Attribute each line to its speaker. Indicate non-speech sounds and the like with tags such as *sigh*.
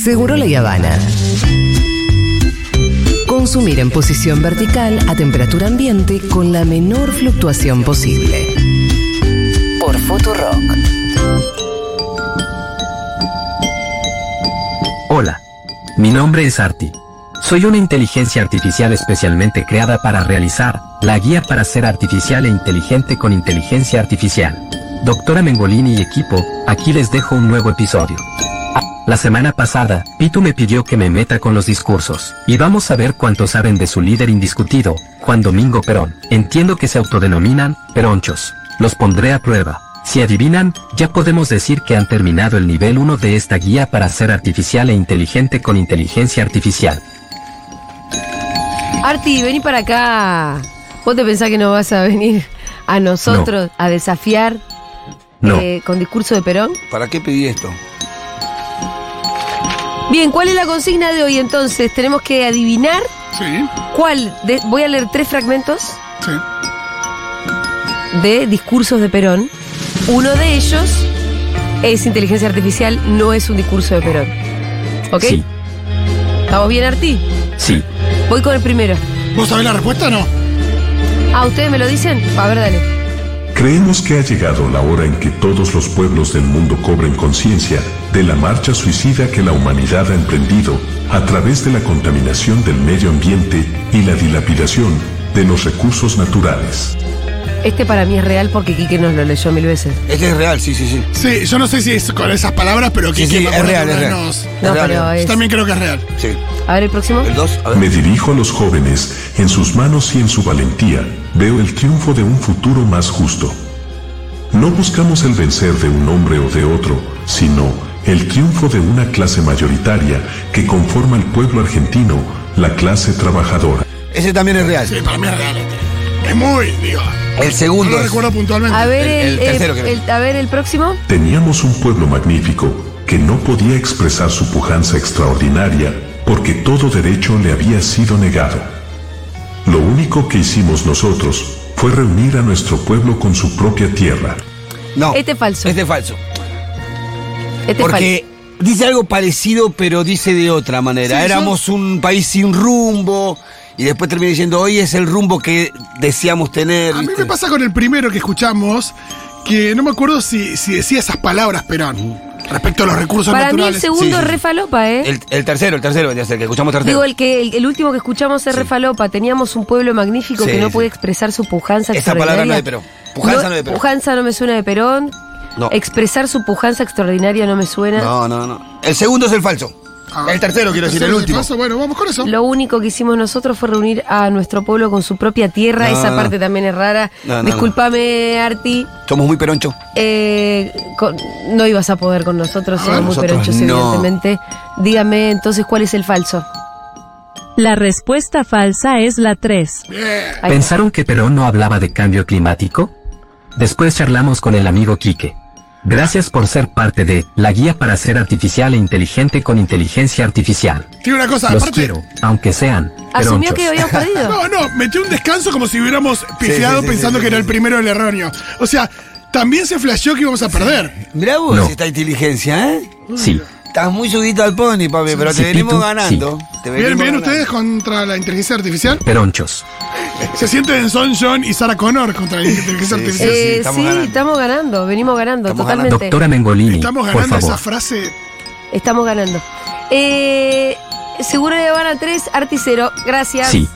Speaker 1: Seguro la Habana. Consumir en posición vertical a temperatura ambiente con la menor fluctuación posible. Por Futurock.
Speaker 2: Hola, mi nombre es Arti. Soy una inteligencia artificial especialmente creada para realizar la guía para ser artificial e inteligente con inteligencia artificial. Doctora Mengolini y equipo, aquí les dejo un nuevo episodio. La semana pasada, Pitu me pidió que me meta con los discursos, y vamos a ver cuánto saben de su líder indiscutido, Juan Domingo Perón. Entiendo que se autodenominan peronchos. Los pondré a prueba. Si adivinan, ya podemos decir que han terminado el nivel 1 de esta guía para ser artificial e inteligente con inteligencia artificial.
Speaker 3: Arti, vení para acá. ¿Vos te pensás que no vas a venir a nosotros a desafiar
Speaker 2: No.
Speaker 3: eh, con discurso de Perón?
Speaker 4: ¿Para qué pedí esto?
Speaker 3: Bien, ¿cuál es la consigna de hoy entonces? Tenemos que adivinar
Speaker 5: Sí,
Speaker 3: cuál. de- voy a leer tres fragmentos
Speaker 5: sí.
Speaker 3: de discursos de Perón. Uno de ellos es inteligencia artificial, no es un discurso de Perón. ¿Ok?
Speaker 2: Sí,
Speaker 3: ¿Estamos bien, Arti?
Speaker 2: sí.
Speaker 3: Voy con el primero.
Speaker 5: ¿Vos sabés la respuesta o no?
Speaker 3: Ah, ¿ustedes me lo dicen? A ver, dale.
Speaker 6: Creemos que ha llegado la hora en que todos los pueblos del mundo cobren conciencia de la marcha suicida que la humanidad ha emprendido a través de la contaminación del medio ambiente y la dilapidación de los recursos naturales.
Speaker 3: Este para mí es real porque Quique nos lo leyó mil veces.
Speaker 4: Este es real, sí, sí, sí.
Speaker 5: Sí, yo no sé si es con esas palabras, pero
Speaker 4: Sí,
Speaker 5: que
Speaker 4: sí,
Speaker 5: que me
Speaker 4: es
Speaker 5: acuerdo
Speaker 4: real,
Speaker 5: que
Speaker 4: es real.
Speaker 5: nos-
Speaker 4: Es
Speaker 3: No, pero eh.
Speaker 4: real, real.
Speaker 5: Yo
Speaker 3: es.
Speaker 5: también creo que es real.
Speaker 4: Sí.
Speaker 3: A ver, el próximo.
Speaker 4: El 2, a ver.
Speaker 6: Me dirijo a los jóvenes, en sus manos y en su valentía, veo el triunfo de un futuro más justo. No buscamos el vencer de un hombre o de otro, sino el triunfo de una clase mayoritaria que conforma el pueblo argentino, la clase trabajadora.
Speaker 4: Ese también es real.
Speaker 5: Sí, para mí es real. este. Es muy, digo.
Speaker 4: El
Speaker 5: No
Speaker 4: segundo.
Speaker 5: lo
Speaker 4: es-
Speaker 5: recuerdo puntualmente.
Speaker 3: A ver, el,
Speaker 4: El- el
Speaker 3: eh,
Speaker 4: tercero que-
Speaker 3: el- a ver, el próximo.
Speaker 6: Teníamos un pueblo magnífico que no podía expresar su pujanza extraordinaria porque todo derecho le había sido negado. Lo único que hicimos nosotros fue reunir a nuestro pueblo con su propia tierra.
Speaker 4: No.
Speaker 3: Este es falso.
Speaker 4: Este es falso.
Speaker 3: Este es
Speaker 4: Porque dice algo parecido, pero dice de otra manera.
Speaker 5: Sí,
Speaker 4: Éramos un país sin rumbo. Y después termina diciendo, hoy es el rumbo que deseamos tener.
Speaker 5: A mí
Speaker 4: ¿viste?
Speaker 5: me pasa con el primero que escuchamos, que no me acuerdo si, si decía esas palabras Perón, respecto a los recursos
Speaker 3: Para mí el
Speaker 5: naturales.
Speaker 3: segundo
Speaker 4: Sí,
Speaker 3: es
Speaker 4: sí.
Speaker 3: re falopa, ¿eh?
Speaker 4: El, el tercero, el tercero, vendría a ser, que escuchamos tercero.
Speaker 3: Digo, el, que, el, el último que escuchamos es re falopa. Teníamos un pueblo magnífico
Speaker 4: Sí,
Speaker 3: que no
Speaker 4: sí.
Speaker 3: puede expresar su pujanza
Speaker 4: Esa
Speaker 3: extraordinaria.
Speaker 4: palabra no es de Perón. Pujanza no es de Perón.
Speaker 3: Pujanza no me suena de Perón.
Speaker 4: No.
Speaker 3: Expresar su pujanza extraordinaria no me suena.
Speaker 4: No, no, no. El segundo es el falso.
Speaker 5: Ah,
Speaker 4: el tercero, quiero decir, el
Speaker 5: tercero
Speaker 4: último.
Speaker 5: paso, bueno, vamos con eso.
Speaker 3: Lo único que hicimos nosotros fue reunir a nuestro pueblo con su propia tierra.
Speaker 4: No,
Speaker 3: Esa
Speaker 4: no.
Speaker 3: parte también es rara.
Speaker 4: No, no, no.
Speaker 3: Disculpame, Arti.
Speaker 4: Somos muy peroncho.
Speaker 3: Eh, con- no ibas a poder con nosotros, somos muy
Speaker 4: Ah, nosotros
Speaker 3: peronchos,
Speaker 4: no.
Speaker 3: evidentemente. Dígame entonces cuál es el falso.
Speaker 7: La respuesta falsa es la 3.
Speaker 3: Ahí.
Speaker 2: ¿Pensaron que Perón no hablaba de cambio climático? Después charlamos con el amigo Quique. Gracias por ser parte de la guía para ser artificial e inteligente con inteligencia artificial.
Speaker 5: Tiene una cosa,
Speaker 2: Los
Speaker 5: aparte.
Speaker 2: quiero, aunque sean
Speaker 3: Asumió que
Speaker 2: peronchos.
Speaker 3: habíamos perdido.
Speaker 5: No, no, metió un descanso como si hubiéramos pifiado
Speaker 4: sí, sí,
Speaker 5: pensando
Speaker 4: sí, sí,
Speaker 5: que era el
Speaker 4: sí.
Speaker 5: primero el erróneo. O sea, también se flasheó que íbamos a perder.
Speaker 4: Mirá vos
Speaker 2: No.
Speaker 4: esta inteligencia, ¿eh?
Speaker 2: Sí,
Speaker 4: Estás muy subido al pony, papi, pero
Speaker 2: Sí,
Speaker 4: te venimos
Speaker 2: Pitu,
Speaker 4: ganando. Te venimos
Speaker 5: Bien, bien,
Speaker 4: ganando.
Speaker 5: ustedes contra la inteligencia artificial.
Speaker 2: peronchos.
Speaker 5: Se sienten Son John y Sarah Connor contra la
Speaker 4: *laughs*
Speaker 5: inteligencia
Speaker 4: Sí,
Speaker 5: artificial.
Speaker 3: Eh,
Speaker 4: sí,
Speaker 3: sí,
Speaker 4: estamos
Speaker 3: estamos, ganando.
Speaker 4: ganando.
Speaker 3: venimos ganando,
Speaker 4: Estamos
Speaker 3: totalmente.
Speaker 2: Doctora Mengolini,
Speaker 5: Estamos
Speaker 2: por
Speaker 5: ganando
Speaker 2: favor.
Speaker 5: esa frase.
Speaker 3: Estamos ganando. Eh, seguro de Habana 3, Arti 0. Gracias.
Speaker 2: Sí.